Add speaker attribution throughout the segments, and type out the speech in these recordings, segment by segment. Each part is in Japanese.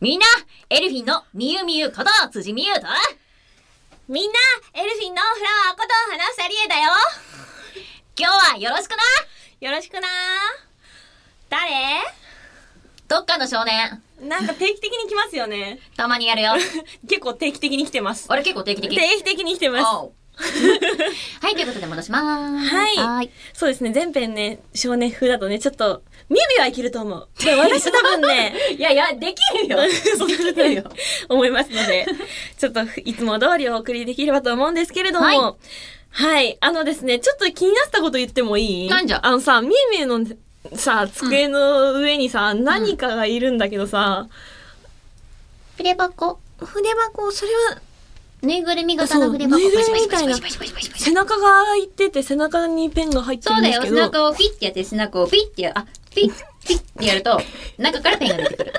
Speaker 1: みんな、エルフィンのみゆみゆこと辻みゆと、
Speaker 2: みんな、エルフィンのフラワーこと花房理恵だよ。
Speaker 1: 今日はよろしくな
Speaker 2: よろしくな誰
Speaker 1: どっかの少年、
Speaker 2: なんか定期的に来ますよ ね。
Speaker 1: たまにやるよ。
Speaker 2: 結構定期的に来てます。
Speaker 1: 俺結構定期
Speaker 2: 定
Speaker 1: 的。
Speaker 2: 期的に来てます。
Speaker 1: おう はい、ということで戻します。
Speaker 2: はい
Speaker 1: い
Speaker 2: そうですね、前編ね、少年風だとね、ちょっと、ミュウミュウはいけると思う。で私多分 ね、
Speaker 1: いやいや、でき るよ。
Speaker 2: そんなことないよ。 思いますので、ちょっといつも通りお送りできればと思うんですけれども、
Speaker 1: は
Speaker 2: はいい、あのですね、ちょっと気になったこと言ってもいい
Speaker 1: なんじゃ
Speaker 2: あのさ、みゆみゆのさ、机の上にさ、何かがいるんだけどさ、
Speaker 1: 筆箱。
Speaker 2: 筆箱、それは
Speaker 1: ぬいぐるみ型の筆箱。
Speaker 2: そうぬいぐるみみたいな
Speaker 1: パシパシパシパシパシパシパシ
Speaker 2: 背中が開いてて、背中にペンが入って
Speaker 1: そ
Speaker 2: る
Speaker 1: うんだ
Speaker 2: です
Speaker 1: よ。
Speaker 2: け
Speaker 1: 背
Speaker 2: ど、
Speaker 1: 中をピッてやって、背中をピッてやる。あ、ピッ、ピッてやると、中からペンが出て くる。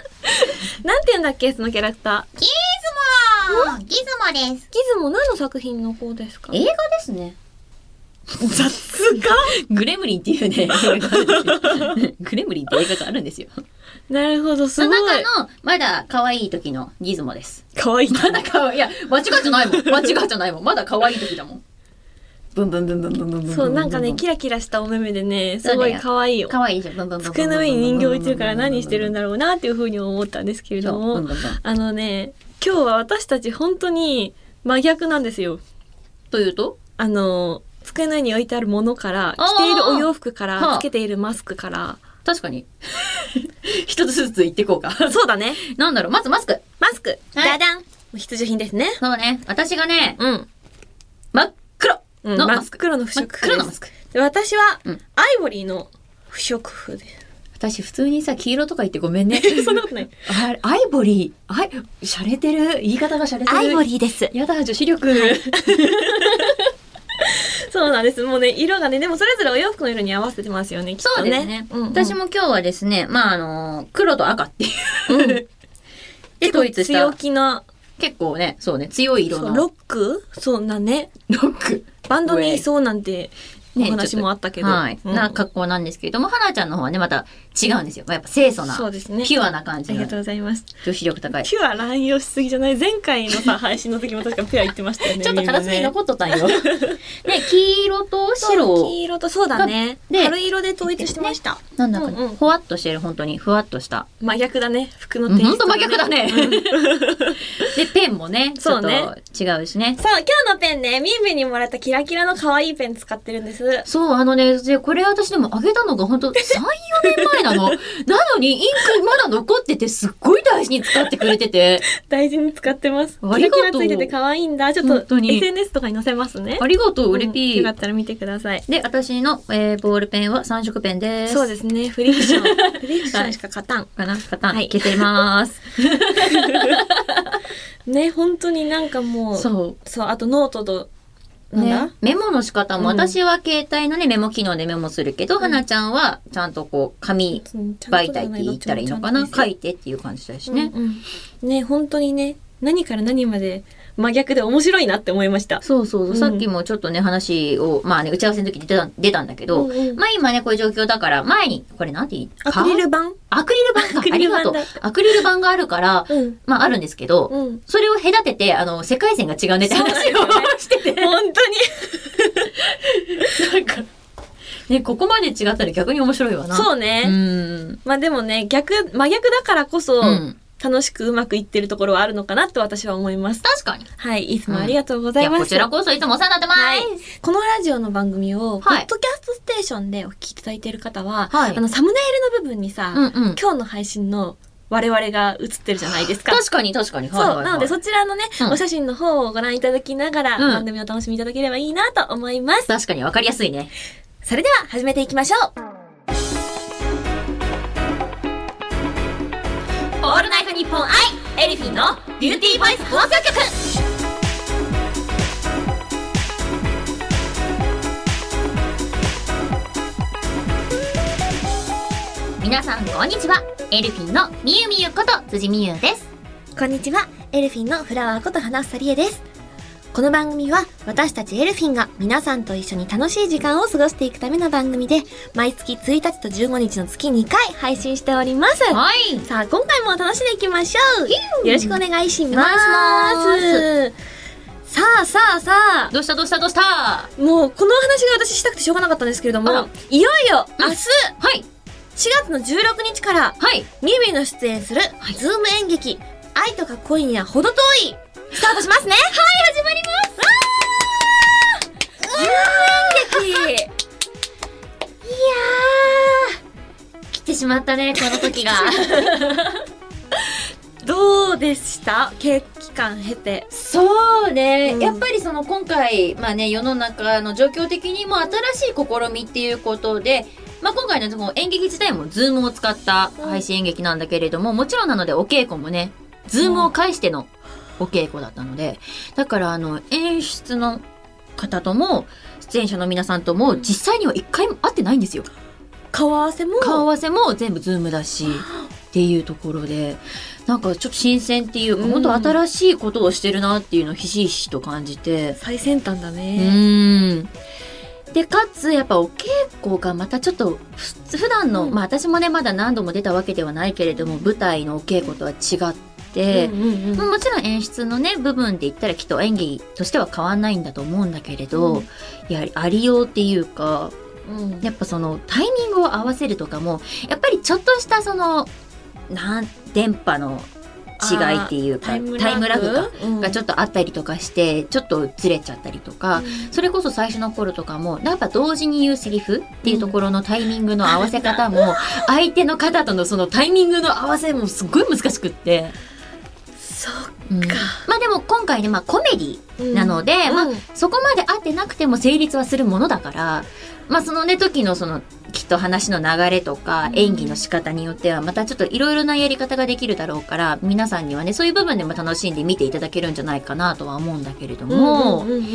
Speaker 2: なんて言うんだっけ、そのキャラクター。
Speaker 1: ギズモギズモです。
Speaker 2: ギズモ何の作品の方ですか
Speaker 1: 映画ですね。
Speaker 2: 雑か
Speaker 1: グレムリンっていうね、映画があるんですよグレムリンって映画があるんですよ。
Speaker 2: なるほ
Speaker 1: そ
Speaker 2: ど、す
Speaker 1: の
Speaker 2: ごい。
Speaker 1: 中の、まだ可愛い時のギズモです。
Speaker 2: かわいいな。
Speaker 1: まだ可愛い。いや、間違っじゃないもん。間違っじゃないもん。まだ可愛い時だもん。ブンブンブンブンブンブンブンブンブンブン。
Speaker 2: そう、なんかね、キラキラしたお目目でね、
Speaker 1: そう
Speaker 2: す
Speaker 1: だ
Speaker 2: ご
Speaker 1: よ
Speaker 2: い可愛いよ。
Speaker 1: 可愛いでしょ。ブンブンブンブンブン。
Speaker 2: 机の上に人形置いてるから何してるん
Speaker 1: だ
Speaker 2: だろうなっていうふうに思ったんですけれど
Speaker 1: そう、ブン
Speaker 2: も、
Speaker 1: ブンブン。
Speaker 2: あのね、今日は私たち本当に真逆なんですよ。
Speaker 1: というと
Speaker 2: あの、机の上に置いてあるものから、
Speaker 1: あー
Speaker 2: 着ているお洋服か
Speaker 1: は
Speaker 2: ら、
Speaker 1: あ
Speaker 2: つけているマスクから。
Speaker 1: 確かに。一つずつ言っていこうか。
Speaker 2: そうだね。
Speaker 1: なんだろう、まずマスク。
Speaker 2: マスク。
Speaker 1: はい
Speaker 2: ダダン。必需品ですね。
Speaker 1: そうね。私がね、
Speaker 2: うん。
Speaker 1: 真っ黒
Speaker 2: うん、
Speaker 1: の
Speaker 2: 真
Speaker 1: マ
Speaker 2: っ
Speaker 1: スク。
Speaker 2: 黒の不
Speaker 1: 真っ
Speaker 2: 織布
Speaker 1: 黒
Speaker 2: で
Speaker 1: のマス
Speaker 2: す。
Speaker 1: ク。
Speaker 2: で私は
Speaker 1: うん、
Speaker 2: アイボリーの不織布です。
Speaker 1: 私普通にさ、黄色とか言ってごめんね。
Speaker 2: そんなことない。
Speaker 1: あれアイボリー、アイ、洒落てる。言い方が洒落てる。
Speaker 2: リーです。
Speaker 1: やだ、女子力。
Speaker 2: そうなんです。もうね、色がね、でもそれぞれお洋服の色に合わせてますよね、きっ
Speaker 1: そ
Speaker 2: と
Speaker 1: う
Speaker 2: ね。
Speaker 1: ですね。
Speaker 2: うんうん
Speaker 1: 私、も今日はですね、まあ、あの、黒と赤っていう。
Speaker 2: う ん
Speaker 1: で、統一し
Speaker 2: 強
Speaker 1: た。
Speaker 2: 気な、
Speaker 1: 結構ね、そうね、強い色
Speaker 2: そう
Speaker 1: の。
Speaker 2: ロックそうだね。
Speaker 1: ロック。
Speaker 2: バンド
Speaker 1: ウェ
Speaker 2: に
Speaker 1: イ
Speaker 2: いそうなんて、お
Speaker 1: ね
Speaker 2: 話もあったけど。
Speaker 1: はい。
Speaker 2: うん
Speaker 1: な格好なんですけれども、花ちゃんの方はね、また違うんですよ。まあやっぱ清楚な、
Speaker 2: そうですね。
Speaker 1: ピュアな感
Speaker 2: あ
Speaker 1: じ
Speaker 2: り
Speaker 1: の
Speaker 2: がとうございます。
Speaker 1: 女子力高い。
Speaker 2: ピュア乱用しすぎじゃない前回のさ、配信の時も確かピュア言ってましたよ ね。
Speaker 1: ちょっと片隅に
Speaker 2: みんなね
Speaker 1: 残っとったん よ。ね、黄色と白
Speaker 2: そう
Speaker 1: を、
Speaker 2: 黄色とそうだね。
Speaker 1: で
Speaker 2: 春色で統一してました。
Speaker 1: なんだかね
Speaker 2: うんうん
Speaker 1: ほわっとしてる、本当に、ふわっとした。
Speaker 2: 真逆だね。服の
Speaker 1: うん
Speaker 2: テイ
Speaker 1: ほん
Speaker 2: ス
Speaker 1: と
Speaker 2: ト
Speaker 1: 真
Speaker 2: が、
Speaker 1: 逆だね。
Speaker 2: うん
Speaker 1: で、ペンもね、ちょ
Speaker 2: そ
Speaker 1: っ
Speaker 2: う
Speaker 1: と
Speaker 2: ね
Speaker 1: 違うしね。
Speaker 2: そう、今日のペンね、みんみんにもらったキラキラの可愛いペン使ってるんです。
Speaker 1: そう、あのね、でこれ私でもあげたのが本当3、4年前なの。なのに、インクまだ残ってて、すっごい大事に使ってくれてて、
Speaker 2: 大事に使ってます。
Speaker 1: ありがとう
Speaker 2: キラキラついてて可愛いんだ。ちょ
Speaker 1: 本
Speaker 2: っ
Speaker 1: 当
Speaker 2: と
Speaker 1: に
Speaker 2: SNS とかに載せますね
Speaker 1: あ。りがとう、ウレ
Speaker 2: う
Speaker 1: ピ
Speaker 2: んよか
Speaker 1: ー。
Speaker 2: ったら見てください。
Speaker 1: で、私の、えーボールペンは3色ペンです。
Speaker 2: そう
Speaker 1: す。
Speaker 2: ですね。フリクショ ン。フリクションしか勝たん。
Speaker 1: かなパターン、
Speaker 2: はい
Speaker 1: 消せます。
Speaker 2: ね、本当になんかも う、そう、
Speaker 1: そ
Speaker 2: あとノートと、
Speaker 1: う。
Speaker 2: なんだ、
Speaker 1: ね、メモの仕方も、
Speaker 2: うん
Speaker 1: 私は携帯のね、メモ機能でメモするけど、
Speaker 2: ん
Speaker 1: はなちゃんは、ちゃんとこう、紙
Speaker 2: うんちゃんと
Speaker 1: 媒体って言ったらいいのかな
Speaker 2: ちゃ
Speaker 1: 書
Speaker 2: んと
Speaker 1: いてっていう感じだし
Speaker 2: ね。
Speaker 1: ね。
Speaker 2: うんうんね、本当にね、何から何まで真逆で面白いなって思いました。
Speaker 1: そうそうそう、
Speaker 2: うん
Speaker 1: さっきもちょっとね、話を、まあね、打ち合わせの時に出た出たんだけど、
Speaker 2: うんうん
Speaker 1: まあ今ね、こういう状況だから、前に、これなんていい
Speaker 2: アクリル
Speaker 1: か
Speaker 2: 板
Speaker 1: アクリル板か。
Speaker 2: アク
Speaker 1: あ
Speaker 2: リ
Speaker 1: り
Speaker 2: ル板
Speaker 1: がとう
Speaker 2: だ。
Speaker 1: アクリル板があるから、
Speaker 2: うん。
Speaker 1: まああるんですけど、
Speaker 2: うん。
Speaker 1: それを隔てて、あの、世界線が違うねって話を
Speaker 2: そうなんで
Speaker 1: してて、
Speaker 2: 本当
Speaker 1: な
Speaker 2: に。
Speaker 1: んか、ね、ここまで違ったら逆に面白いわな。う
Speaker 2: そうね。
Speaker 1: うん。
Speaker 2: まあでもね、逆、真逆だからこそ、
Speaker 1: うん。
Speaker 2: 楽しくうまくいってるところはあるのかなと私は思います。
Speaker 1: 確かに。
Speaker 2: はい、いつもありがとうござ
Speaker 1: い
Speaker 2: い
Speaker 1: や、
Speaker 2: ま
Speaker 1: こ
Speaker 2: す。
Speaker 1: ちらこそいつもお世話になってます。
Speaker 2: はいこのラジオの番組を、ポ
Speaker 1: はい
Speaker 2: ッドキャストステーションでお聞きいただいている方は、
Speaker 1: はい
Speaker 2: あの、サムネイルの部分にさ、
Speaker 1: うんうん。
Speaker 2: 今日の配信の我々が映ってるじゃないですか。
Speaker 1: 確かに確かに。
Speaker 2: そう、
Speaker 1: はいはいはい
Speaker 2: なのでそちらのね、
Speaker 1: うん
Speaker 2: お写真の方をご覧いただきながら、
Speaker 1: うん
Speaker 2: 番組をお楽しみいただければいいなと思います。
Speaker 1: 確かにわかりやすいね。
Speaker 2: それでは始めていきましょう。
Speaker 1: オールナイトニッポン愛エルフィンのビューティーボイス放送局皆さんこんにちはエルフィンのみゆみゆこと辻みゆです
Speaker 2: こんにちは、エルフィンのフラワーこと花房理恵です。この番組は私たちエルフィンが皆さんと一緒に楽しい時間を過ごしていくための番組で毎月1日と15日の月2回配信しております。
Speaker 1: はい。
Speaker 2: さあ、今回も楽しんでいきましょう。よろしくお願いしま
Speaker 1: お願
Speaker 2: す。さあさあさあ、
Speaker 1: どうしたどうしたどうしたは
Speaker 2: もうこのお話が私したくてしょうがなかったんですけれど
Speaker 1: あ
Speaker 2: も
Speaker 1: ら、
Speaker 2: いよいよ明
Speaker 1: うん
Speaker 2: 日4
Speaker 1: い。
Speaker 2: 月の16日から
Speaker 1: はい。
Speaker 2: ミミの出演するズーム演劇、愛とか恋には程遠 い、スタートしますねはい、始まりますズーム演劇
Speaker 1: 来てしまったね、この時が。
Speaker 2: どうでした景気期間経て。
Speaker 1: そうね、
Speaker 2: うん
Speaker 1: やっぱりその今回、まあね、世の中の状況的にも新しい試みっていうことで、まあ、今回のその演劇自体もズームを使った配信演劇なんだけれども、もちろんなのでお稽古もね、ズームを介してのお稽古だったので、だからあの、演出の方とも、出演者の皆さんとも、実際には一回も会ってないんですよ。
Speaker 2: 顔合わせも
Speaker 1: 顔合わせも全部ズームだし、っていうところで、なんかちょっと新鮮っていうか、
Speaker 2: うん
Speaker 1: 本当新しいことをしてるなっていうのをひしひしと感じて、
Speaker 2: 最先端だ
Speaker 1: う
Speaker 2: ね。
Speaker 1: ーん。で、かつ、やっぱお稽古がまたちょっと、ふ普段の、
Speaker 2: うん
Speaker 1: まあ私もね、まだ何度も出たわけではないけれども、舞台のお稽古とは違って、
Speaker 2: うんうんうん
Speaker 1: まあもちろん演出のね、部分で言ったらきっと演技としては変わんないんだと思うんだけれど、
Speaker 2: うん
Speaker 1: やはりありようっていうか、
Speaker 2: うん
Speaker 1: やっぱそのタイミングを合わせるとかもやっぱりちょっとしたそのなん電波の違いっていうか
Speaker 2: タ
Speaker 1: タ
Speaker 2: イ
Speaker 1: イ
Speaker 2: ム
Speaker 1: ム
Speaker 2: ラグ
Speaker 1: ラグか
Speaker 2: うん
Speaker 1: がちょっとあったりとかしてちょっとずれちゃったりとか、それこそ最初の頃とかもやっぱ同時に言うセリフっていうところのタイミングの合わせ方も、相手の方とのそのタイミングの合わせもすごい難しくって、
Speaker 2: そ
Speaker 1: うん
Speaker 2: か
Speaker 1: まあでも今回ね、まあ、コメディ
Speaker 2: う
Speaker 1: なので、まあ
Speaker 2: うん
Speaker 1: そこまで合ってなくても成立はするものだから、まあそのね、時のその、きっと話の流れとか
Speaker 2: うん
Speaker 1: 演技の仕方によってはまたちょっといろいろなやり方ができるだろうから皆さんにはねそういう部分でも楽しんで見ていただけるんじゃないかなとは思うんだけれども、
Speaker 2: うんうんうん
Speaker 1: っ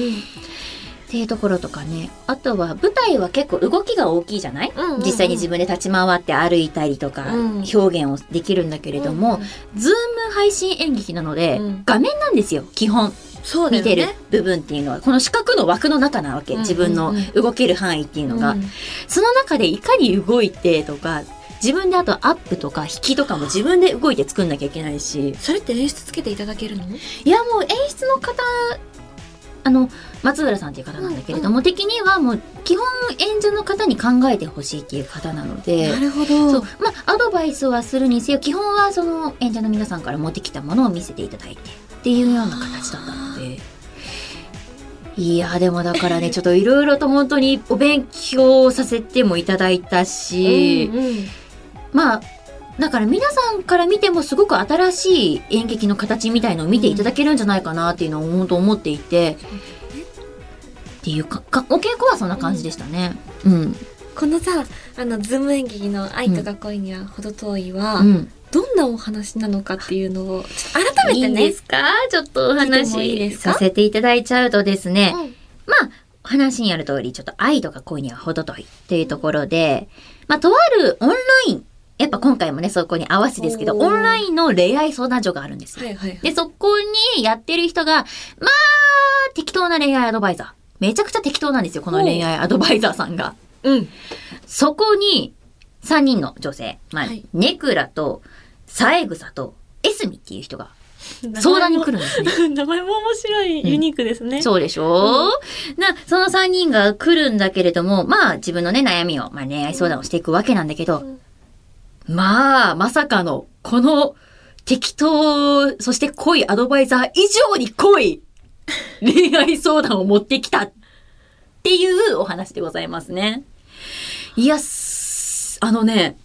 Speaker 1: ていうところとかねあとは舞台は結構動きが大きいじゃない、
Speaker 2: うんうんうん
Speaker 1: 実際に自分で立ち回って歩いたりとか
Speaker 2: うん
Speaker 1: 表現をできるんだけれども、
Speaker 2: うんうん
Speaker 1: ズーム配信演劇なので、
Speaker 2: うん
Speaker 1: 画面なんですよ基本。
Speaker 2: そうだ
Speaker 1: 見
Speaker 2: よね
Speaker 1: てる部分っていうのは、この四角の枠の中なわけ。
Speaker 2: うん
Speaker 1: 自分の
Speaker 2: うんうん
Speaker 1: 動ける範囲っていうのが。
Speaker 2: うん
Speaker 1: その中でいかに動いてとか、自分であとアップとか引きとかも自分で動いて作んなきゃいけないし。
Speaker 2: それって演出つけていただけるの
Speaker 1: いやもう演出の方、あの、松浦さんっていう方なんだけれども、的にはもう基本演者の方に考えてほしいっていう方なので。
Speaker 2: るほど
Speaker 1: そう。まあ、アドバイスはするにせよ、基本はその演者の皆さんから持ってきたものを見せていただいてっていうような形だったので。いや、でもだから ね、ちょっといろいろと本当にお勉強をさせてもいただいたし、
Speaker 2: うんうん
Speaker 1: まあ、だから皆さんから見てもすごく新しい演劇の形みたいのを見ていただけるんじゃないかなっていうのを本当思っていて、っていうか、かお稽古はそんな感じでしたね。うん。
Speaker 2: このさあのズーム演劇の「愛とか恋には程遠いは」
Speaker 1: うん。
Speaker 2: どんなお話なのかっていうのをちょっと改めてね
Speaker 1: いいんですかちょっとお
Speaker 2: 聞いてもいいで
Speaker 1: 話
Speaker 2: すか
Speaker 1: させていただいちゃうとですね、
Speaker 2: うん
Speaker 1: まあ、話にある通り、ちょっと愛とか恋には程遠いというところで、まあ、とあるオンライン、やっぱ今回もね、そこに合わせですけど、
Speaker 2: おー
Speaker 1: オンラインの恋愛相談所があるんですよ。
Speaker 2: はいはいはい
Speaker 1: で、そこにやってる人が、まあ、適当な恋愛アドバイザー。めちゃくちゃ適当なんですよ、この恋愛アドバイザーさんが。
Speaker 2: うん
Speaker 1: そこに、3人の女性、まあ、
Speaker 2: はい
Speaker 1: ネクラと、サエグサと、エスミっていう人が相談に来るんですね。
Speaker 2: る名前も面白いユニークですね
Speaker 1: そうでしょ、な、その3人が来るんだけれども、まあ自分のね、悩みを、まあ恋愛相談をしていくわけなんだけど、まあ、まさかの、この適当、そして濃いアドバイザー以上に濃い恋愛相談を持ってきたっていうお話でございますね。いや、すあのね、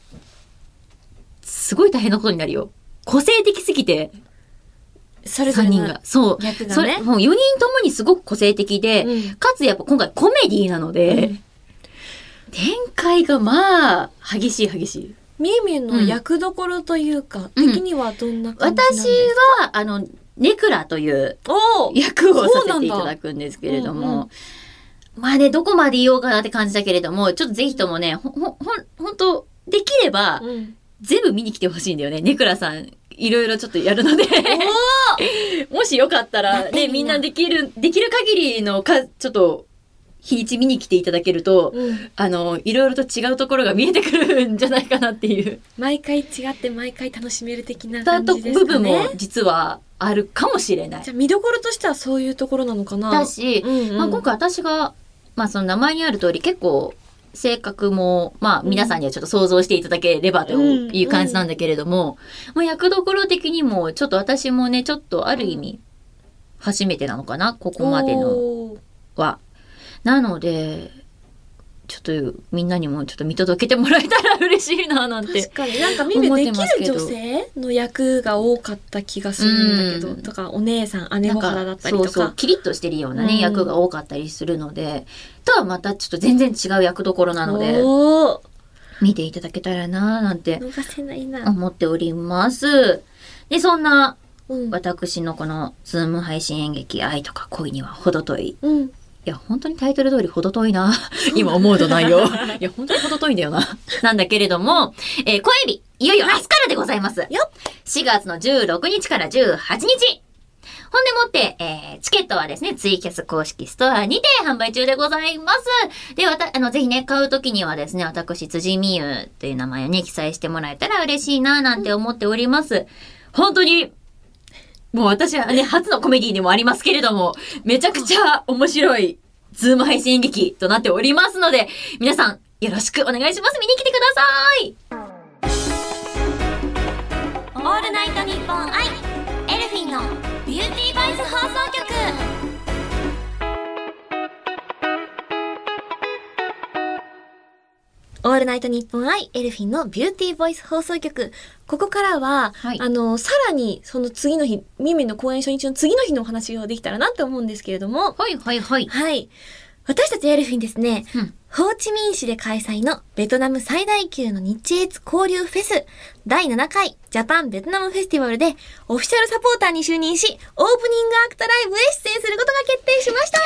Speaker 1: すごい大変なことになるよ。個性的すぎて、
Speaker 2: それぞ
Speaker 1: 3
Speaker 2: れ
Speaker 1: 人
Speaker 2: の
Speaker 1: が。そう。
Speaker 2: 役が
Speaker 1: それ、
Speaker 2: ね
Speaker 1: もう4人ともにすごく個性的で、
Speaker 2: うん
Speaker 1: かつやっぱ今回コメディなので、
Speaker 2: うん
Speaker 1: 展開がまあ、激しい激しい。
Speaker 2: みーみーの役どころというか、的にはどんな感じなんで
Speaker 1: 私
Speaker 2: すか
Speaker 1: は、あの、ネクラという
Speaker 2: おー
Speaker 1: 役を
Speaker 2: そ
Speaker 1: させ
Speaker 2: うなんだ
Speaker 1: ていただくんですけれども、
Speaker 2: うんうん
Speaker 1: まあね、どこまで言おうかなって感じだけれども、ちょっとぜひともね、ほ、ほ、ほん、ほんと、できれば、
Speaker 2: うん
Speaker 1: 全部見に来てほしいんだよね。ネクラさんいろいろちょっとやるので、 もしよかった
Speaker 2: やっ
Speaker 1: ら、
Speaker 2: てみん
Speaker 1: ね、みんな
Speaker 2: な
Speaker 1: できる、できる限りのか、ちょっと、日にち見に来ていただけると、
Speaker 2: うん
Speaker 1: あの、いろいろと違うところが見えてくるんじゃないかなっていう、
Speaker 2: 毎回違って毎回楽しめる的 な
Speaker 1: スター
Speaker 2: 感
Speaker 1: ト
Speaker 2: じです
Speaker 1: 部
Speaker 2: か
Speaker 1: 分
Speaker 2: ね
Speaker 1: も。実はあるかもしれない
Speaker 2: じ。ゃあ見どころとしてはそういうところなのかな。
Speaker 1: だし、
Speaker 2: うんうん
Speaker 1: まあ、今回私が、まあ、その名前にある通り結構性格も、まあ、
Speaker 2: うん
Speaker 1: 皆さんにはちょっと想像していただければと
Speaker 2: うん
Speaker 1: いう感じなんだけれども、まあ、役どころ的にもちょっと私もねちょっとある意味初めてなのかなここまでの
Speaker 2: おー
Speaker 1: は。なのでちょっとみんなにもちょっと見届けてもらえたら嬉しいななんて
Speaker 2: 確かになんか見る
Speaker 1: 思っ
Speaker 2: で
Speaker 1: て
Speaker 2: き
Speaker 1: ます
Speaker 2: る
Speaker 1: けど
Speaker 2: 女性の役が多かった気がするんだけど、
Speaker 1: うん
Speaker 2: とかお姉さん姉
Speaker 1: なん
Speaker 2: 御肌だ
Speaker 1: か
Speaker 2: った
Speaker 1: そ
Speaker 2: りと
Speaker 1: う
Speaker 2: か
Speaker 1: そうキリッとしてるようなね、
Speaker 2: うん
Speaker 1: 役が多かったりするのでとはまたちょっと全然違う役どころなので
Speaker 2: おー
Speaker 1: 見ていただけたらななんて
Speaker 2: 逃せないな、
Speaker 1: 思っております。で、そんな
Speaker 2: うん
Speaker 1: 私のこのズーム配信演劇愛とか恋には程遠い。い
Speaker 2: うん、
Speaker 1: や、本当にタイトル通り程遠いな。 今思うとないよ。いや、本当に程遠いんだよな。なんだけれども、えー、小エビ、いよいよ明日からでございます。
Speaker 2: よ
Speaker 1: 4月の16日から18日。ほんでもって、えー、チケットはですね、ツイキャス公式ストアにて販売中でございます。で、わた、あの、ぜひね、買うときにはですね、私、辻美優という名前をね、記載してもらえたら嬉しいな、なんて思っております。本当に、もう私はね、初のコメディでもありますけれども、めちゃくちゃ面白い、ズーム配信演劇となっておりますので、皆さん、よろしくお願いします。見に来てください
Speaker 2: オールナイトニッポンアイエルフィンのビューティーバイス放送局オールナイトニッポンアイエルフィンのビューティーボイス放送局ここからは、
Speaker 1: はい
Speaker 2: あのさらにその次の日ミミの公演初日の次の日のお話ができたらなと思うんですけれども
Speaker 1: はいはいはい。
Speaker 2: はい私たちエルフィンですね、
Speaker 1: うん
Speaker 2: ホーチミン市で開催のベトナム最大級の日越交流フェス第7回ジャパンベトナムフェスティバルでオフィシャルサポーターに就任しオープニングアクトライブへ出演することが決定しました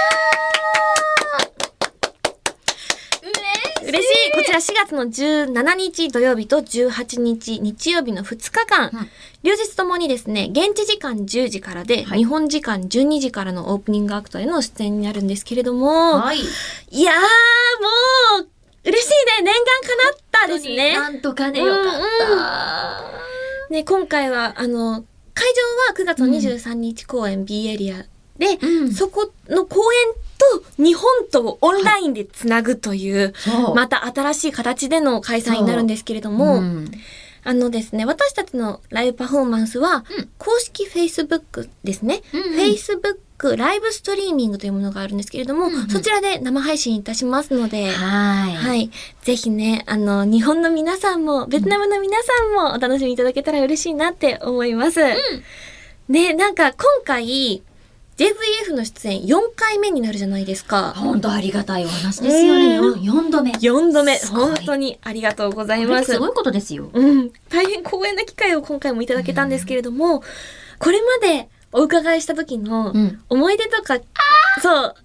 Speaker 2: 嬉しいこちら4月の17日土曜日と18日日曜日の2日間、
Speaker 1: うん
Speaker 2: 両日ともにですね、現地時間10時からで、
Speaker 1: はい
Speaker 2: 日本時間12時からのオープニングアクトへの出演になるんですけれども、
Speaker 1: はい。
Speaker 2: いやー、もう、嬉しいね。念願叶ったですね。
Speaker 1: なんとかね、よかった。
Speaker 2: ね、今回は、あの、会場は9月の23日公演 B エリアで、
Speaker 1: うん
Speaker 2: そこの公演と日本とをオンラインでつなぐという、
Speaker 1: そう
Speaker 2: また新しい形での開催になるんですけれども、
Speaker 1: うん
Speaker 2: あのですね、私たちのライブパフォーマンスは、
Speaker 1: うん
Speaker 2: 公式 Facebook ですね、
Speaker 1: うんうん
Speaker 2: Facebook ライブストリーミングというものがあるんですけれども、
Speaker 1: うんうん
Speaker 2: そちらで生配信いたしますので、
Speaker 1: はい。
Speaker 2: はい。ぜひね、あの、日本の皆さんも、ベトナムの皆さんもお楽しみいただけたら嬉しいなって思います。ね、なんか今回、JVF の出演4回目になるじゃないですか。
Speaker 1: 本当ありがたいお話ですよね。
Speaker 2: うん
Speaker 1: よん4度目。
Speaker 2: 4度目、
Speaker 1: すごい
Speaker 2: 本当にありがとうござい
Speaker 1: これ
Speaker 2: ます
Speaker 1: す。ごいことですよ。
Speaker 2: うん。大変光栄な機会を今回もいただけたんですけれども、これまでお伺いした時の
Speaker 1: うん。いっ
Speaker 2: 思い出とか、そう、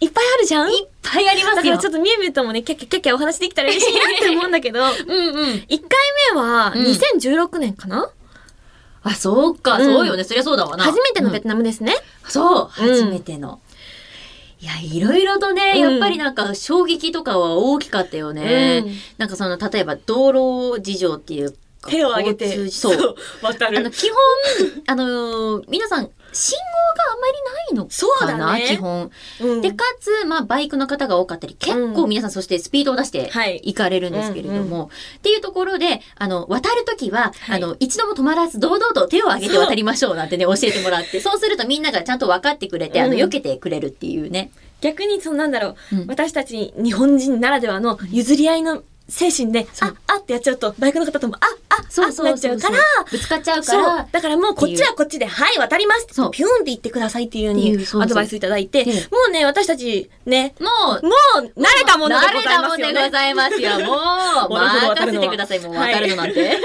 Speaker 2: いっぱいあるじゃん
Speaker 1: ぱいあります
Speaker 2: だから
Speaker 1: よ
Speaker 2: ちょ。っとみゆみゆともね、キャッキャッキャッキャお話できたら嬉しいなって思うんだけど、
Speaker 1: うんうん。
Speaker 2: 1回目は
Speaker 1: うん
Speaker 2: 2016年かな、
Speaker 1: あ、そうか、
Speaker 2: うん
Speaker 1: そうよね。そりゃそうだわな。
Speaker 2: 初めてのベ
Speaker 1: うん
Speaker 2: トナムですね。
Speaker 1: そう、
Speaker 2: うん
Speaker 1: 初めての。いや、いろいろと
Speaker 2: うん
Speaker 1: ね、やっぱりなんか衝撃とかは大きかったよね。
Speaker 2: うん
Speaker 1: なんかその、例えば道路事情っていうか
Speaker 2: 手を挙げ
Speaker 1: 交通
Speaker 2: て、
Speaker 1: そう。
Speaker 2: 渡
Speaker 1: あの、
Speaker 2: る。
Speaker 1: 基本、あのー皆さん、信号があまりないの
Speaker 2: そう
Speaker 1: か
Speaker 2: だ
Speaker 1: な、
Speaker 2: ね
Speaker 1: 基本。
Speaker 2: うん
Speaker 1: で、かつ、まあ、バイクの方が多かったり、結
Speaker 2: う
Speaker 1: 構
Speaker 2: ん
Speaker 1: 皆さん、そしてスピードを出して、
Speaker 2: はい
Speaker 1: 行かれるんですけれども、っていうところで、あの、渡るときは、
Speaker 2: はい
Speaker 1: あの、一度も止まらず、堂々と手を挙げて渡りましょうなんてね、教えてもらって、そうするとみんながちゃんと分かってくれて、あの、
Speaker 2: うん
Speaker 1: 避けてくれるっていうね。
Speaker 2: 逆にそのなんだろう、
Speaker 1: うん
Speaker 2: 私たち日本人ならではの譲り合いの精神で、
Speaker 1: そう
Speaker 2: あ、あってやっちゃうと、バイクの方とも、あ、あ、
Speaker 1: そう
Speaker 2: あ
Speaker 1: そう
Speaker 2: って
Speaker 1: そ
Speaker 2: なっ
Speaker 1: う
Speaker 2: ちゃ
Speaker 1: そうう
Speaker 2: から、。
Speaker 1: ぶつかっちゃうか
Speaker 2: そう
Speaker 1: ら。。
Speaker 2: だからもうこっちはこっちで、はい、渡ります
Speaker 1: そ
Speaker 2: っ
Speaker 1: う
Speaker 2: て、ピュンって言ってくださいっていうように
Speaker 1: っていうそうそう
Speaker 2: アドバイスいただいて、も
Speaker 1: で
Speaker 2: うね、私たちね、
Speaker 1: もう、
Speaker 2: もう慣れたものでございますよ
Speaker 1: 慣れたもんで
Speaker 2: ね
Speaker 1: ご。ざいますよ。もう、
Speaker 2: なるほど渡
Speaker 1: 任せ
Speaker 2: るの
Speaker 1: て
Speaker 2: は
Speaker 1: ください。もう渡るのなんて。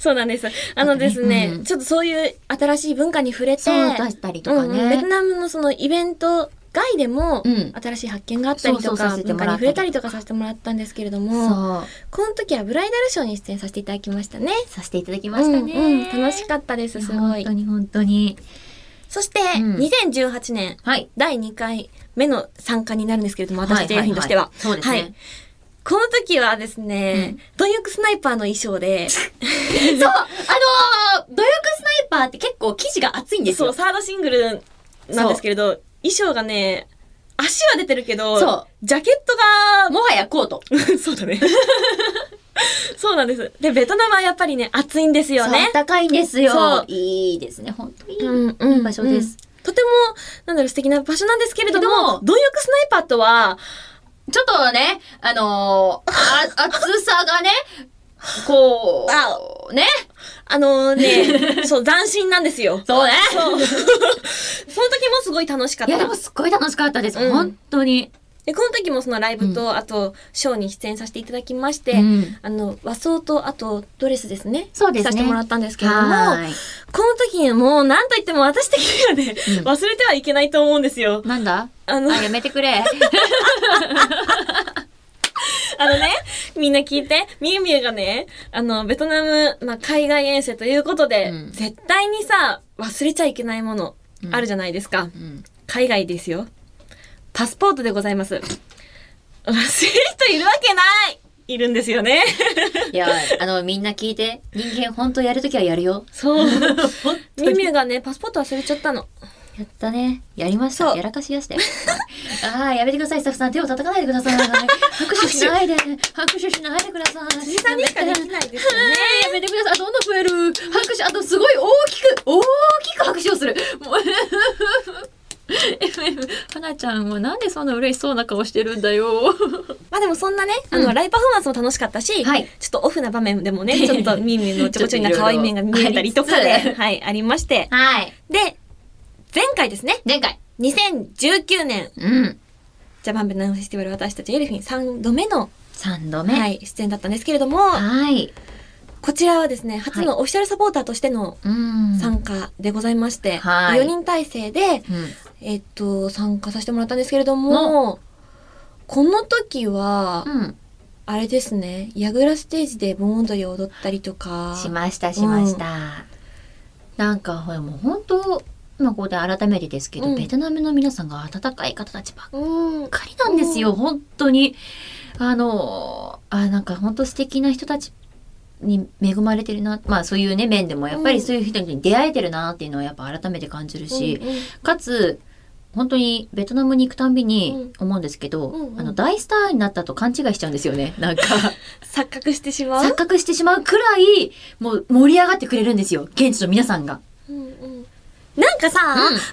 Speaker 2: そうなんです。あのですね、
Speaker 1: うん
Speaker 2: ちょっとそういう新しい文化に触れて、
Speaker 1: そう出したりとかね。
Speaker 2: うんうんベトナムのそのイベント外でも
Speaker 1: うん。
Speaker 2: 新しい発見があったり
Speaker 1: そう
Speaker 2: と
Speaker 1: そうさ
Speaker 2: か、
Speaker 1: せて
Speaker 2: 文
Speaker 1: も
Speaker 2: 化
Speaker 1: ら
Speaker 2: に
Speaker 1: ったりとか
Speaker 2: 触れたりとかさせてもらったんですけれども、
Speaker 1: そう。
Speaker 2: この時はブライダルショーに出演させていただきましたね。
Speaker 1: させていただきましたね。
Speaker 2: うんうん楽しかったです、すご
Speaker 1: 本
Speaker 2: い
Speaker 1: 当。に本当に。
Speaker 2: そして、
Speaker 1: うん
Speaker 2: 2018年、
Speaker 1: はい。
Speaker 2: 第2回目の参加になるんですけれども、私、
Speaker 1: は
Speaker 2: JF
Speaker 1: いい
Speaker 2: としては。
Speaker 1: いそうですね。
Speaker 2: はいこの時はですね、貪欲スナイパーの衣装で、
Speaker 1: そうあのー、努力スナイパーって結構生地が厚いんです
Speaker 2: そう、
Speaker 1: よ。
Speaker 2: サードシングルなんですけれど、衣装がね、足は出てるけど、
Speaker 1: そ
Speaker 2: ジャケットが
Speaker 1: う。もはやコート。
Speaker 2: そうだね。 そうなんです。で、ベトナムはやっぱりね、暑いんですよね。
Speaker 1: 暖かいんですよ。
Speaker 2: そう
Speaker 1: いいですね。本当にいい。
Speaker 2: ん、うん
Speaker 1: いい場所です。
Speaker 2: とても、なんだろう、素敵な場所なんですけれど
Speaker 1: け
Speaker 2: も、
Speaker 1: ども
Speaker 2: 貪欲スナイパーとは、
Speaker 1: ちょっとね、あのー、あ厚さが ね、こう、ね。
Speaker 2: あのね、 そう、斬新なんですよ。
Speaker 1: そうね。
Speaker 2: そう。その時もすごい楽しかっ
Speaker 1: いや、で
Speaker 2: た
Speaker 1: も。すっごい楽しかったです。
Speaker 2: うん
Speaker 1: 本当に。
Speaker 2: で、この時もそのライブと、あと、ショーに出演させていただきまして、
Speaker 1: うん
Speaker 2: あの、和装と、あと、ドレスですね。
Speaker 1: そうですね
Speaker 2: させてもらったんですけれども、
Speaker 1: は
Speaker 2: この時にもう、なんと言っても私的にはね、
Speaker 1: うん
Speaker 2: 忘れてはいけないと思うんですよ
Speaker 1: い。。なんだ
Speaker 2: あの、
Speaker 1: あ、やめてくれ。
Speaker 2: あのね、みんな聞いて、みゆみゆがね、あの、ベトナム、まあ、海外遠征ということで、
Speaker 1: うん
Speaker 2: 絶対にさ、忘れちゃいけないもの、あるじゃないですか。
Speaker 1: うん。
Speaker 2: 海外ですよ。パスポートでございます。忘れる人いるわけないいるんですよね。
Speaker 1: いや、あの、みんな聞いて。人間本当やるときはやるよ。
Speaker 2: そう。
Speaker 1: 本
Speaker 2: みゆみゆがね、パスポート忘れちゃったの。
Speaker 1: やったね。やりまし
Speaker 2: そ
Speaker 1: た。
Speaker 2: う
Speaker 1: やらかしやしたよ。ああ、やめてください、スタッフさん。手を叩かないでくだ さい。拍手しないで。拍手しないでください。
Speaker 2: 辻さんにしかできないですよね。
Speaker 1: やめてください。どんどん増える。拍手、あとすごい大きく、大きく拍手をする。もう FF、はなちゃんはなんでそんな嬉しそうな顔してるんだよ。
Speaker 2: まあでもそんなね、あの、
Speaker 1: うん
Speaker 2: ライブパフォーマンスも楽しかったし、
Speaker 1: はい
Speaker 2: ちょっとオフな場面で もね、ちょっとみゆみゆのちょこちょいな可愛い面が見えたりとか
Speaker 1: ちょっといろい
Speaker 2: で、
Speaker 1: ろ
Speaker 2: はい、ありまして。
Speaker 1: はい。
Speaker 2: で、前回ですね、
Speaker 1: 前回。
Speaker 2: 2019年、
Speaker 1: うん。
Speaker 2: ジャパンベトナムフェスティバル私たちエルフィン3度目の、
Speaker 1: 3度目。は。
Speaker 2: はいい、出演だったんですけれども、こちらはですね、初のオフィシャルサポーターとしての
Speaker 1: うん。
Speaker 2: 参加でございまして、
Speaker 1: はい
Speaker 2: 4人体制で、
Speaker 1: うん。
Speaker 2: えっと、参加させてもらったんですけれども、この時は、
Speaker 1: うん。
Speaker 2: あれですね、矢倉ステージで盆踊りを踊ったりとか、
Speaker 1: しましたしました、なんかほらもう本当今ここで改めてですけど、
Speaker 2: うん
Speaker 1: ベトナムの皆さんが温かい方たちばっ
Speaker 2: うん、
Speaker 1: かりなんですよ、
Speaker 2: う
Speaker 1: 本当にあのあなんか本当素敵な人たちに恵まれてるなまあそういうね面でもやっぱりそういう人に出会えてるなっていうのはやっぱ改めて感じるし、かつ本当にベトナムに行くたんびに思うんですけど、
Speaker 2: うんうん
Speaker 1: あの大スターになったと勘違いしちゃうんですよねなんか。
Speaker 2: 錯覚してしま
Speaker 1: 錯
Speaker 2: う。
Speaker 1: 覚してしまうくらい、もう盛り上がってくれるんですよ。現地の皆さんが。
Speaker 2: うんうんなんかさ、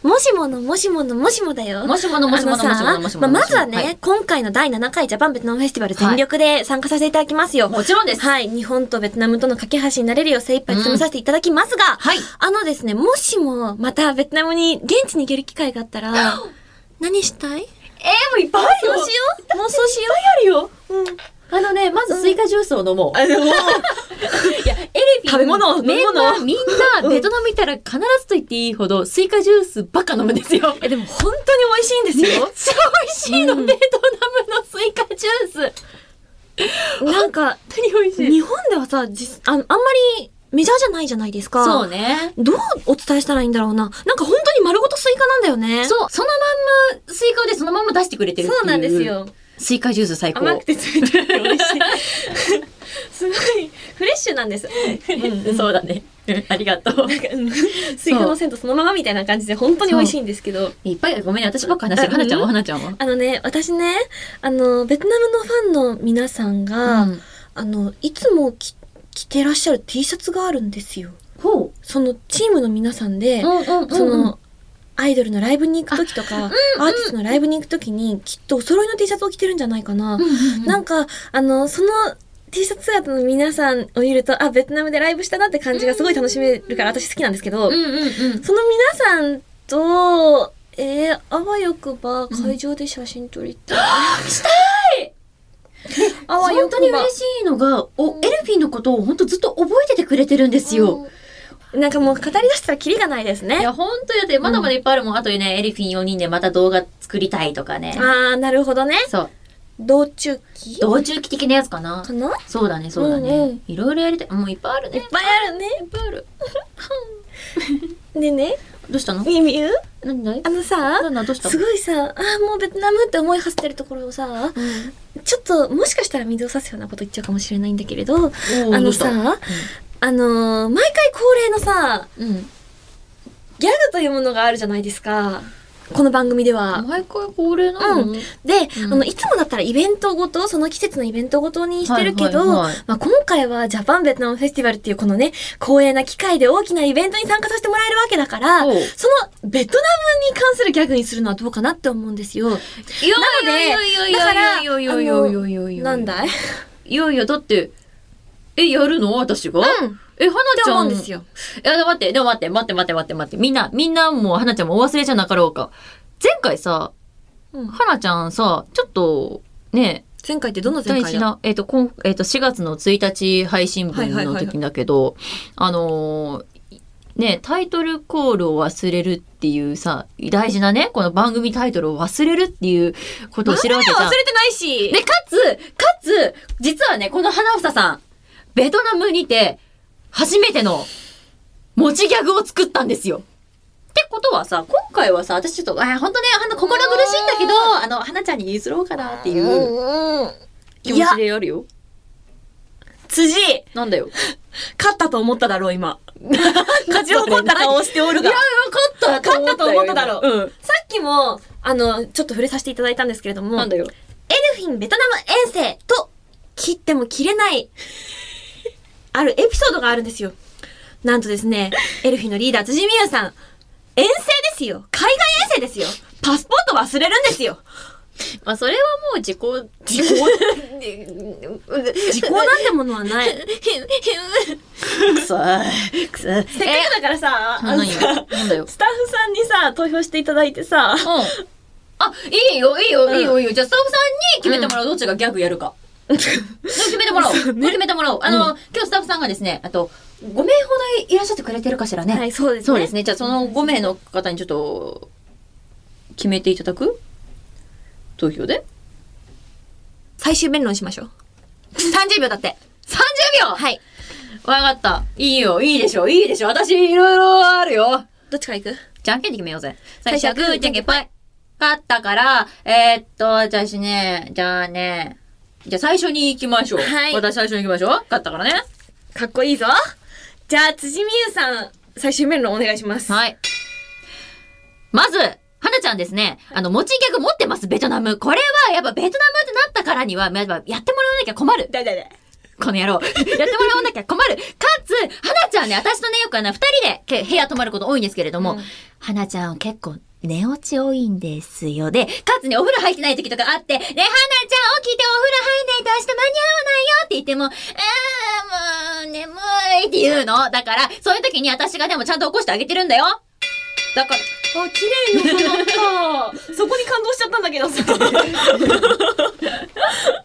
Speaker 2: もしものもしものもしもだよ。
Speaker 1: もしものもしものもしも
Speaker 2: あ
Speaker 1: の
Speaker 2: の
Speaker 1: もし
Speaker 2: さ
Speaker 1: も
Speaker 2: まあ
Speaker 1: のもしもの
Speaker 2: まずはね、
Speaker 1: い
Speaker 2: 今回の第7回ジャパンベトナムフェスティバル全力で参加させていただきますよ。
Speaker 1: もちろんです。
Speaker 2: はい、日本とベトナムとの架け橋になれるよう精一杯務めさせていただきますが、
Speaker 1: はい。
Speaker 2: あのですね、もしもまたベトナムに現地に行ける機会があったら、何し
Speaker 1: えー、
Speaker 2: たい
Speaker 1: もういっぱいあ
Speaker 2: そうしよう。もうそうしよ
Speaker 1: あるよ。
Speaker 2: う。うん。
Speaker 1: あのね、まずスイカジュースを飲もう。
Speaker 2: あ、でも、
Speaker 1: いや、エレフィン。
Speaker 2: 食べ物
Speaker 1: メン
Speaker 2: 飲み
Speaker 1: バ
Speaker 2: 物
Speaker 1: ーみんな、ベトナム行ったら必ずと言っていいほど、スイカジュースばっか飲むんですよ。
Speaker 2: え、でも本当に美味しいんですよ。
Speaker 1: 超美味しいの、
Speaker 2: うん
Speaker 1: ベトナムのスイカジュース。
Speaker 2: なんか、
Speaker 1: 本当に美味しい。
Speaker 2: 日本ではさ、実あのあんまりメジャーじゃないじゃないですか。
Speaker 1: そうね。
Speaker 2: どうお伝えしたらいいんだろうな。なんか本当に丸ごとスイカなんだよね。
Speaker 1: そう、そのまんま、スイカをでそのまんま出してくれてるっていう。。。スイカジュース最高。
Speaker 2: 甘くて冷たくて美味 しい。すごい、フレッシュなんです。うん
Speaker 1: そうだね。ありがとう。
Speaker 2: なんか、うんスイカの鮮度そのままみたいな感じで本当に美味しいんですけど。
Speaker 1: いっぱいごめんね、私ばっか話してる。
Speaker 2: う
Speaker 1: 花
Speaker 2: ん
Speaker 1: ちゃんは、花ちゃんは。
Speaker 2: あのね、私ね、あの、ベトナムのファンの皆さんが、
Speaker 1: うん
Speaker 2: あの、いつも着着てらっしゃる T シャツがあるんですよ。
Speaker 1: ほ
Speaker 2: そのチームの皆さんで、
Speaker 1: う。うんうんうん。
Speaker 2: その、アイドルのライブに行く時とか、アーティストのライブに行く時に、きっとお揃いの T シャツを着てるんじゃないかな。
Speaker 1: うんうんうん、
Speaker 2: な
Speaker 1: なんん
Speaker 2: か、あの、その T シャツ姿の皆さんを見ると、あ、ベトナムでライブしたなって感じがすごい楽しめるから、私好きなんですけど、
Speaker 1: うんうんうん。
Speaker 2: その皆さんと、えー、あわよくば会場で写真撮りたい。
Speaker 1: した
Speaker 2: いあわ
Speaker 1: 本
Speaker 2: よくば
Speaker 1: 当に嬉しいのが、お、エルフィンのことを本当ずっと覚えててくれてるんですよ。
Speaker 2: なんかもう語り出したらキリがないです
Speaker 1: い
Speaker 2: ね。
Speaker 1: や、ほんとやって、まだまだいっぱいあるもん。あとね、エリフィン4人でまた動画作りたいとかね。
Speaker 2: あー、なるほどね。
Speaker 1: そう。
Speaker 2: 道中期
Speaker 1: 道中期的なやつかな
Speaker 2: か。な
Speaker 1: そうだね、そうだ
Speaker 2: うんう
Speaker 1: ね
Speaker 2: ん。
Speaker 1: いろいろやりたい。もういっぱいある
Speaker 2: いっ
Speaker 1: ね。
Speaker 2: ぱいあるね。いっぱいある。でね、
Speaker 1: どうしたの
Speaker 2: ミミュー
Speaker 1: 何だい
Speaker 2: あのさ
Speaker 1: なん、だどうした
Speaker 2: すごいさ、あーもうベトナムって思いはせてるところをさ、ちょっともしかしたら水を差すようなこと言っちゃうかもしれないんだけれど、
Speaker 1: おー
Speaker 2: あ
Speaker 1: ど
Speaker 2: の
Speaker 1: うした
Speaker 2: さ、あのー毎回恒例のさ、
Speaker 1: うんうん。
Speaker 2: ギャグというものがあるじゃないですか。この番組では。
Speaker 1: 毎回恒例なの
Speaker 2: うで、
Speaker 1: うん
Speaker 2: あの、いつもだったらイベントごと、その季節のイベントごとにしてるけど、
Speaker 1: はいはいはい
Speaker 2: まあ、今回はジャパンベトナムフェスティバルっていうこのね、光栄な機会で大きなイベントに参加させてもらえるわけだから、そ
Speaker 1: おう
Speaker 2: のベトナムに関するギャグにするのはどうかなって思うんですよ。
Speaker 1: いや
Speaker 2: なので
Speaker 1: いやいやいや
Speaker 2: だから
Speaker 1: いやいやいやいやいやいやいやいや
Speaker 2: なんだい
Speaker 1: いやいやだってえやるの私が、
Speaker 2: うん。っ
Speaker 1: え花ち
Speaker 2: て
Speaker 1: ゃ
Speaker 2: 思うんんですよ。
Speaker 1: いやでも待ってでも待って待って待って待って待ってみんなみんなもう花ちゃんもお忘れじゃなかろうか前回さ
Speaker 2: うん
Speaker 1: 花ちゃんさちょっとね
Speaker 2: 前回ってどの前
Speaker 1: 大
Speaker 2: 回
Speaker 1: 事
Speaker 2: だ
Speaker 1: な、えっ、と、こんえっ、と、4月の1日配信分の時だけど、あのーね、タイトルコールを忘れるっていうさ、大事なね、この番組タイトルを忘れるっていうことを知るわけじゃん。
Speaker 2: れてないし
Speaker 1: で、かつ、かつ、実はね、この花房さん、ベトナムにて、初めての、持ちギャグを作ったんですよ。ってことはさ、今回はさ、私ちょっと、あ、本当ね、あの、心苦しいんだけど、あの、花ちゃんに譲ろうかなっていう気持ちでやるよ。
Speaker 2: 辻
Speaker 1: なんだよ。
Speaker 2: 勝ったと思っただろう、今。 勝ち誇った顔をしておる
Speaker 1: いや、
Speaker 2: が。
Speaker 1: よかった。
Speaker 2: 勝ったと思っただろ
Speaker 1: う。うん。
Speaker 2: さっきも、あの、ちょっと触れさせていただいたんですけれども、
Speaker 1: なんだよ。
Speaker 2: エルフィンベトナム遠征と、切っても切れ ない、あるエピソードがあるんですよ。なんとですね、エルフィンのリーダー、辻美優さん、遠征ですよ。海外遠征ですよ。パスポート忘れるんですよ。
Speaker 1: まあ、それはもう時効、時効。
Speaker 2: 時効なんてものは ない。
Speaker 1: くそー。くそー。
Speaker 2: せっかくだからさ、あの
Speaker 1: 何よ
Speaker 2: さ、
Speaker 1: なんだよ。
Speaker 2: スタッフさんにさ、投票していただいてさ、
Speaker 1: うん。あ、いいよ、いいよ、
Speaker 2: ん
Speaker 1: いいよ、いいよ。じゃあ、スタッフさんに決めてもらう。どっちがギャグやるか。決めてもらおう。
Speaker 2: そうね
Speaker 1: 決めてもらおう。あの、今日スタッフさんがですね、あと、5名ほどいらっしゃってくれてるかしらね。
Speaker 2: はい、そうですね。
Speaker 1: そうですね。じゃあ、その5名の方にちょっと、決めていただく投票で。
Speaker 2: 最終弁論しましょう。
Speaker 1: 30秒だって。30秒
Speaker 2: はい。
Speaker 1: わかった。いいよ、いいでしょ、いいでしょ。私、いろいろあるよ。
Speaker 2: どっちから行く
Speaker 1: じゃんけんで決めようぜ。最
Speaker 2: 最
Speaker 1: 初
Speaker 2: 初
Speaker 1: は
Speaker 2: は
Speaker 1: グ
Speaker 2: グ
Speaker 1: ー、
Speaker 2: ー
Speaker 1: じゃんけん、パイ。勝ったから、えーっと、私ね、じゃあね、じゃあ最初に行きましょう。
Speaker 2: はい
Speaker 1: 私最初に行きましょう。勝ったからね。
Speaker 2: かっこいいぞ。じゃあ、辻美優さん、最終弁論お願いします。
Speaker 1: はい。まず、花ちゃんですね。あの、持ちギャグ持ってます、ベトナム。これは、やっぱベトナムってなったからには、やっぱやってもらわなきゃ困る。
Speaker 2: だだだ。
Speaker 1: この野郎。や ってもらわなきゃ困る。かつ、花ちゃんね、私とね、よくあの、二人でけ部屋泊まること多いんですけれども、
Speaker 2: うん
Speaker 1: 花ちゃん結構寝落ち多いんですよ。で、かつね、お風呂入ってない時とかあって、ね、花ちゃん起きてお風呂入んないと明日間に合わないよって言っても、あーもう、眠いって言うの。だから、そういう時に私がでもちゃんと起こしてあげてるんだよ。だから、
Speaker 2: あ、綺麗に収まった。そこに感動しちゃったんだけどさ。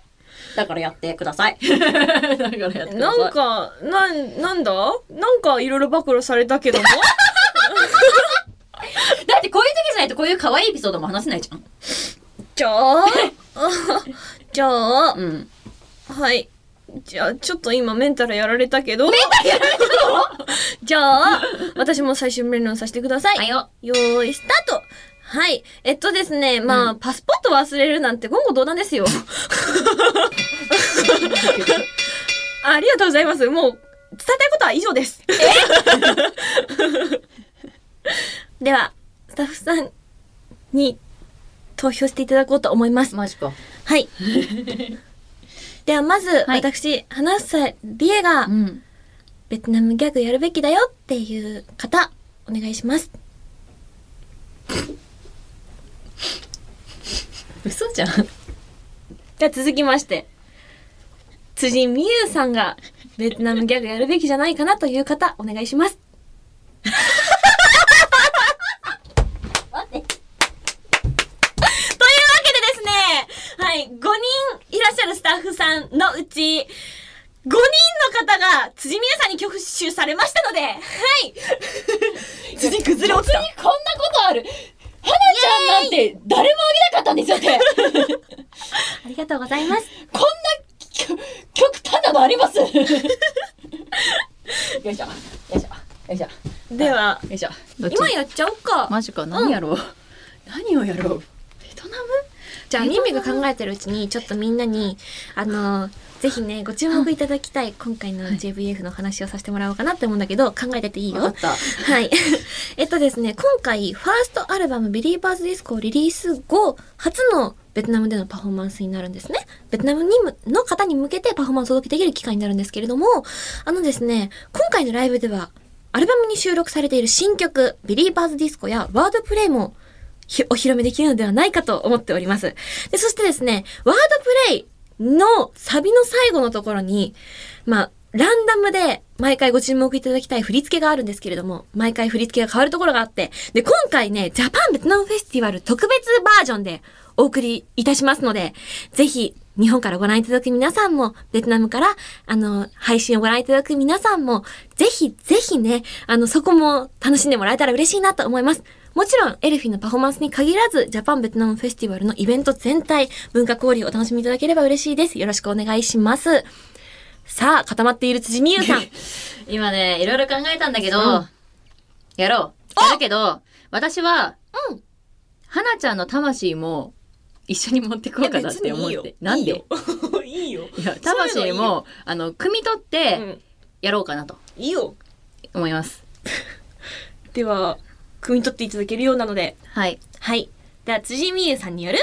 Speaker 1: だからやってください。 だからやってください。
Speaker 2: なんか、なん、なんだなんかいろいろ暴露されたけども。
Speaker 1: だってこういう時じゃないとこういう可愛いエピソードも話せないじゃん。
Speaker 2: じゃあ、 じゃあ、
Speaker 1: うん。
Speaker 2: はい。じゃあ、ちょっと今メンタルやられたけど。
Speaker 1: やられてるの
Speaker 2: じゃあ、私も最終面談させてください。
Speaker 1: はいよ。
Speaker 2: よーい、スタートはい。えっとですね、まあ、パスポート忘れるなんて言語道断ですよ。ありがとうございます。もう、伝えたいことは以上です。 では、スタッフさんに投票していただこうと思います。
Speaker 1: マジか。
Speaker 2: はい。では、まず、
Speaker 1: はい
Speaker 2: 私、花さりえが、
Speaker 1: ん。
Speaker 2: ベトナムギャグやるべきだよっていう方、お願いします。
Speaker 1: 嘘じゃん。
Speaker 2: じゃあ続きまして。辻美優さんがベトナムギャグやるべきじゃないかなという方、お願いします。
Speaker 1: 待って。
Speaker 2: というわけでですね、はい、5人いらっしゃるスタッフさんのうち、5 5人の方が辻宮さんに挙手されましたので、はい。辻崩れ落ちた。
Speaker 1: こんなことある花ちゃんなんて誰もあげなかったんですよって
Speaker 2: ありがとうございます。
Speaker 1: こんなき極端なのあります よいしょよいしょよいしょ
Speaker 2: では、
Speaker 1: よいしょ
Speaker 2: 今やっちゃおうか。
Speaker 1: マジか何やろう、何をやろうベトナム
Speaker 2: じゃあ、アニメが考えてるうちに、ちょっとみんなに、あの、ぜひね、ご注目いただきたい、今回の JVF の話をさせてもらおうかなって思うんだけど、考えてていい
Speaker 1: わ
Speaker 2: よ。
Speaker 1: かっ
Speaker 2: はい。 えっとですね、今回、ファーストアルバム、ビリーバーズディスコをリリース後、初のベトナムでのパフォーマンスになるんですね。ベトナムにむの方に向けてパフォーマンスをお届けできる機会になるんですけれども、あのですね、今回のライブでは、アルバムに収録されている新曲、ビリーバーズディスコやワードプレイもひお披露目できるのではないかと思っております。で、そしてですね、ワードプレイのサビの最後のところに、まあ、ランダムで毎回ご注目いただきたい振り付けがあるんですけれども、毎回振り付けが変わるところがあって、で、今回ね、ジャパンベトナムフェスティバル特別バージョンでお送りいたしますので、ぜひ、日本からご覧いただく皆さんも、ベトナムから、あの、配信をご覧いただく皆さんも、ぜひ、ぜひね、あの、そこも楽しんでもらえたら嬉しいなと思います。もちろん、エルフィのパフォーマンスに限らず、ジャパンベトナムフェスティバルのイベント全体、文化交流をお楽しみいただければ嬉しいです。よろしくお願いします。さあ、固ま っている辻美優さん。
Speaker 1: た今ねいろいろ考えたんだけど、
Speaker 2: うん
Speaker 1: やろうやるけど私は
Speaker 2: うん
Speaker 1: 花ちゃんの魂も一緒に持ってこうかなって思ってなんで
Speaker 2: いいよ。
Speaker 1: いや
Speaker 2: そういうのいい
Speaker 1: 魂
Speaker 2: よ
Speaker 1: もあの汲み取っ
Speaker 2: う
Speaker 1: て
Speaker 2: ん、
Speaker 1: やろうかなと
Speaker 2: いいよ。
Speaker 1: 思います、
Speaker 2: では、汲み取っていただけるようなので。
Speaker 1: はい
Speaker 2: はい。では、辻美優さんによる、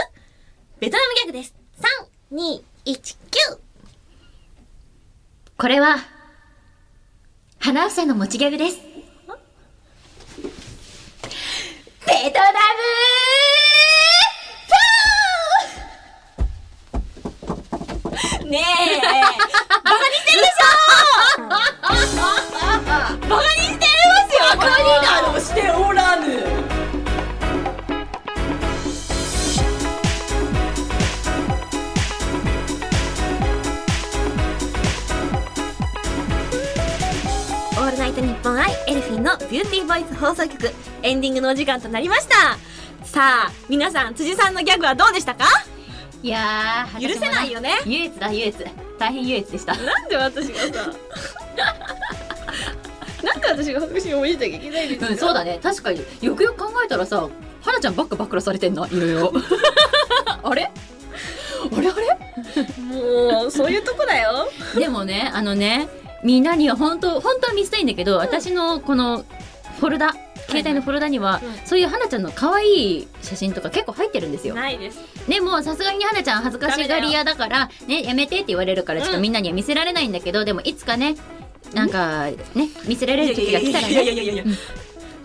Speaker 2: ベトナムギャグです。3、2、1、9。
Speaker 1: これは花房の持ちギャグです
Speaker 2: ベトナム ねえ、バカにしてるでしょバカにしてますよバカになどしておらぬオールナイトニッポンアイエルフィンのビューティーボイス放送局エンディングのお時間となりましたさあ皆さん辻さんのギャグはどうでしたか
Speaker 1: いやー
Speaker 2: 許せないよね
Speaker 1: 私も優越だ優越大変優越でした
Speaker 2: なんで私がさ なんで私が白紙を見せなきゃいけないんですか
Speaker 1: うんそうだね確かによくよく考えたらさ花ちゃんばっか暴露されてんないろいろ あれあれあれ
Speaker 2: もうそういうとこだよ
Speaker 1: でもね、あのね、みんなには本当、本当は見せたいんだけど、私のこのフォルダ、携帯のフォルダには、
Speaker 2: うん
Speaker 1: そういう花ちゃんの可愛い写真とか結構入ってるんですよ。
Speaker 2: ないです
Speaker 1: でも、さすがに花ちゃん恥ずかしがり屋だから、ね、やめてって言われるから、ちょっ
Speaker 2: う
Speaker 1: と
Speaker 2: ん
Speaker 1: みんなには見せられないんだけど、でもいつかね、なんか、ね、見せられる時が来たら
Speaker 2: いやい
Speaker 1: ね、
Speaker 2: やいやいや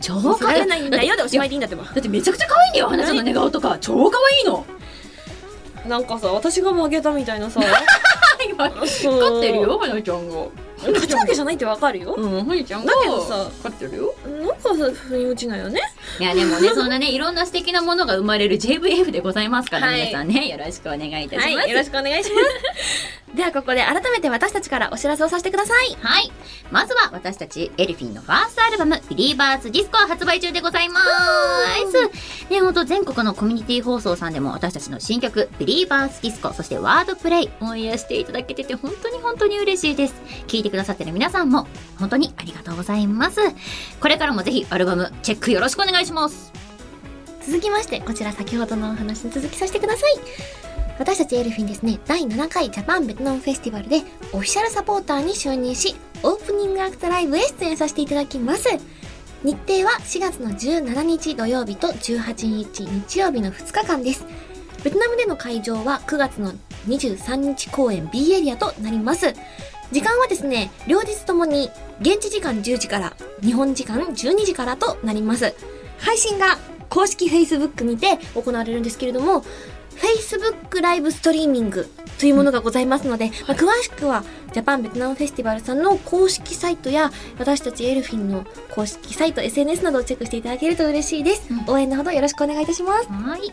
Speaker 1: 超
Speaker 2: もう
Speaker 1: 可
Speaker 2: ら
Speaker 1: 愛
Speaker 2: れ
Speaker 1: い。
Speaker 2: ないんだよでおしまいでいいんだってば
Speaker 1: だってめちゃくちゃ可愛いんだよ、花ちゃんの寝顔とか。超可愛いの。
Speaker 2: なんかさ私が負けたみたい なさ
Speaker 1: 今、勝
Speaker 2: 勝
Speaker 1: ってるよ、花ちゃんが。
Speaker 2: 勝ち負けじゃないってわかるよ
Speaker 1: うん、花ちゃん
Speaker 2: が
Speaker 1: だけどさ、勝ってるよ。
Speaker 2: なんかさ腑に落ちないよね
Speaker 1: いやでもね、そんなね、いろんな素敵なものが生まれる JVF でございますから、
Speaker 2: はい
Speaker 1: 皆さんね、よろしくお願いいたします。
Speaker 2: しくお願いし ますではここで改めて私たちからお知らせをさせてください
Speaker 1: はい。まずは私たち、エルフィンのファーストアルバム、ビリーバーズディスコを発売中でございます。ね、ほんと全国のコミュニティ放送さんでも私たちの新曲、ビリーバーズディスコ、そしてワードプレイ、オンエアしていただけてて本当に本当に嬉しいです。聴いてくださってる皆さんも本当にありがとうございます。これからもぜひアルバムチェックよろしくお願いします。
Speaker 2: 続きましてこちら先ほどのお話に続きさせてください私たちエルフィンですね第7回ジャパンベトナムフェスティバルでオフィシャルサポーターに就任しオープニングアクトライブへ出演させていただきます日程は4月の17日土曜日と18日日曜日の2日間ですベトナムでの会場は9月の23日公演 B エリアとなります時間はですね両日ともに現地時間10時から日本時間12時からとなります配信が公式 Facebook にて行われるんですけれども Facebook ライブストリーミングというものがございますので、まあ、詳しくはジャパンベトナムフェスティバルさんの公式サイトや私たちエルフィンの公式サイト SNS などをチェックしていただけると嬉しいです、
Speaker 1: うん
Speaker 2: 応援のほどよろしくお願いいたします
Speaker 1: はい。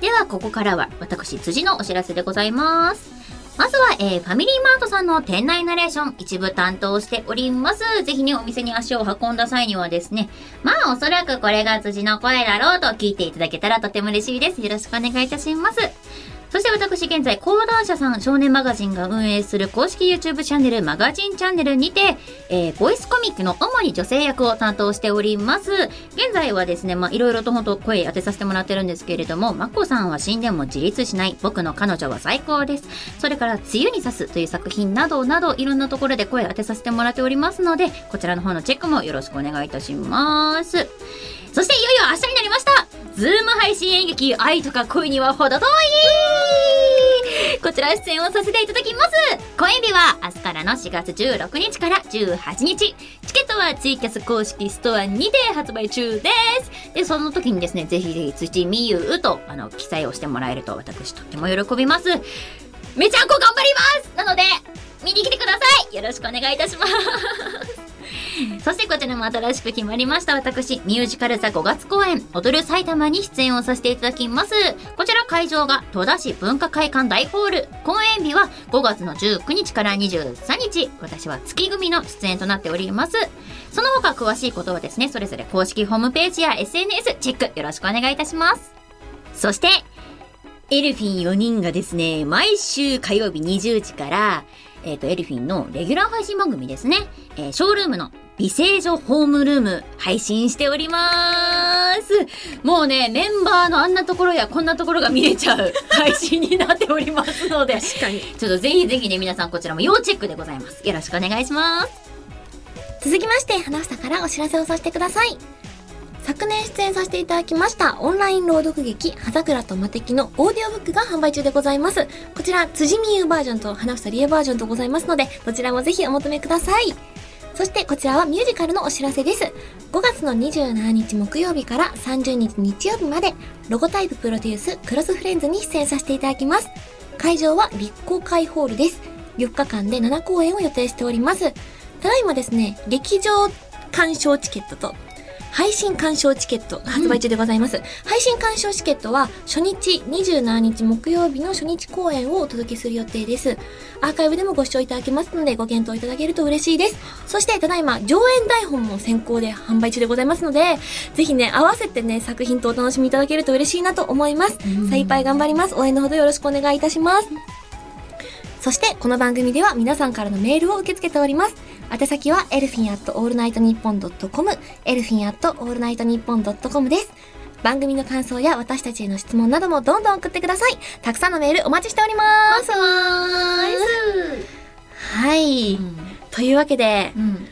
Speaker 1: では、ここからは、私、辻のお知らせでございます。まずは、えー、ファミリーマートさんの店内ナレーション、一部担当しております。ぜひね、お店に足を運んだ際にはですね、まあ、おそらくこれが辻の声だろうと聞いていただけたらとても嬉しいです。よろしくお願いいたします。そして私現在、講談社さん少年マガジンが運営する公式 YouTube チャンネルマガジンチャンネルにて、えーボイスコミックの主に女性役を担当しております。現在はですね、まあ、いろいろと本当声当てさせてもらってるんですけれども、まこさんは死んでも自立しない、僕の彼女は最高です。それから、梅雨に刺すという作品などなど、いろんなところで声当てさせてもらっておりますので、こちらの方のチェックもよろしくお願いいたします。そしていよいよ明日になりましたズーム配信演劇愛とか恋には程遠いこちら出演をさせていただきます公演日は明日からの4月16日から18日チケットはツイキャス公式ストアにて発売中ですでその時にですねぜひぜひ土みゆうとあの記載をしてもらえると私とっても喜びますめちゃんこ頑張りますなので見に来てくださいよろしくお願いいたしますそしてこちらも新しく決まりました私、ミュージカル座5月公演、踊る埼玉に出演をさせていただきます。こちら会場が戸田市文化会館大ホール。公演日は5月の19日から23日、私は月組の出演となっております。その他詳しいことはですね、それぞれ公式ホームページや SNS チェックよろしくお願いいたします。そして、エルフィン4人がですね、毎週火曜日20時から、えっ、と、エルフィンのレギュラー配信番組ですね、えーショールームの美声女ホームルーム配信しております。もうね、メンバーのあんなところやこんなところが見れちゃう配信になっておりますので、
Speaker 2: 確かに。
Speaker 1: ちょっとぜひぜひね、皆さんこちらも要チェックでございます。よろしくお願いします。
Speaker 2: 続きまして、花房からお知らせをさせてください。昨年出演させていただきましたオンライン朗読劇「葉桜と魔敵」のオーディオブックが販売中でございますこちら辻美優バージョンと花房理恵バージョンとございますのでどちらもぜひお求めくださいそしてこちらはミュージカルのお知らせです5月の27日木曜日から30日日曜日までロゴタイププロデュースクロスフレンズに出演させていただきます会場は立候会ホールです4日間で7公演を予定しておりますただいまですね劇場鑑賞チケットと配信鑑賞チケットが発売中でございます、配信鑑賞チケットは初日27日木曜日の初日公演をお届けする予定ですアーカイブでもご視聴いただけますのでご検討いただけると嬉しいですそしてただいま上演台本も先行で販売中でございますのでぜひね合わせてね作品とお楽しみいただけると嬉しいなと思います精一杯頑張ります応援のほどよろしくお願いいたしますそしてこの番組では皆さんからのメールを受け付けております宛先はエルフィンアットオールナイトニッポンドットコムエルフィンアットオールナイトニッポンドットコムです番組の感想や私たちへの質問などもどんどん送ってくださいたくさんのメールお待ちしておりますはい、というわけで
Speaker 1: うんうん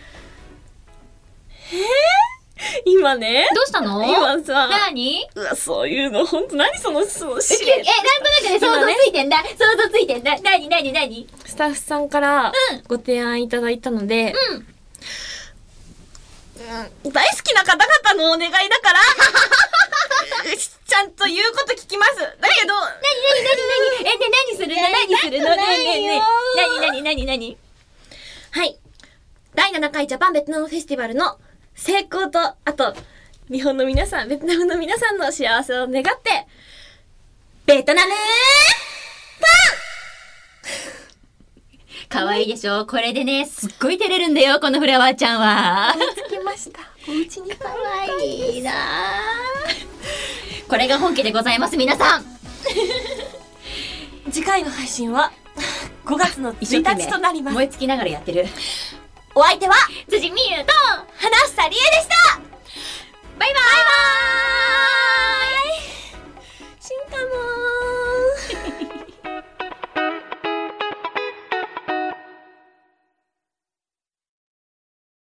Speaker 2: 今ね
Speaker 1: どうしたの
Speaker 2: 今さ
Speaker 1: 何
Speaker 2: うわそういうの本当何そのその
Speaker 1: え、
Speaker 2: シ
Speaker 1: え、なんとなく
Speaker 2: 今
Speaker 1: ね、
Speaker 2: ね
Speaker 1: 想像ついてんだ。想像ついてんだ。なになになに
Speaker 2: スタッフさんから
Speaker 1: うん
Speaker 2: ご提案いただいたので、
Speaker 1: うん
Speaker 2: うん大好きな方々のお願いだから ちゃんと言うこと聞きますだけど
Speaker 1: なになになになにえ、で、何するの何するの
Speaker 2: な
Speaker 1: ね
Speaker 2: んかないよ
Speaker 1: なになになに
Speaker 2: はい第7回ジャパンベトナムフェスティバルの成功とあと日本の皆さんベトナムの皆さんの幸せを願ってベトナム
Speaker 1: 可愛いでしょこれでね、すっごい照れるんだよ、このフラワーちゃんは。
Speaker 2: 着きましたお家に
Speaker 1: 可愛いなこれが本家でございます、皆さん。
Speaker 2: 次回の配信は5月の
Speaker 1: 一生懸命
Speaker 2: 1日となります
Speaker 1: 燃え尽きながらやってる。
Speaker 2: お相手は
Speaker 1: 辻美優と、
Speaker 2: 花房理恵でした
Speaker 1: バイバーイ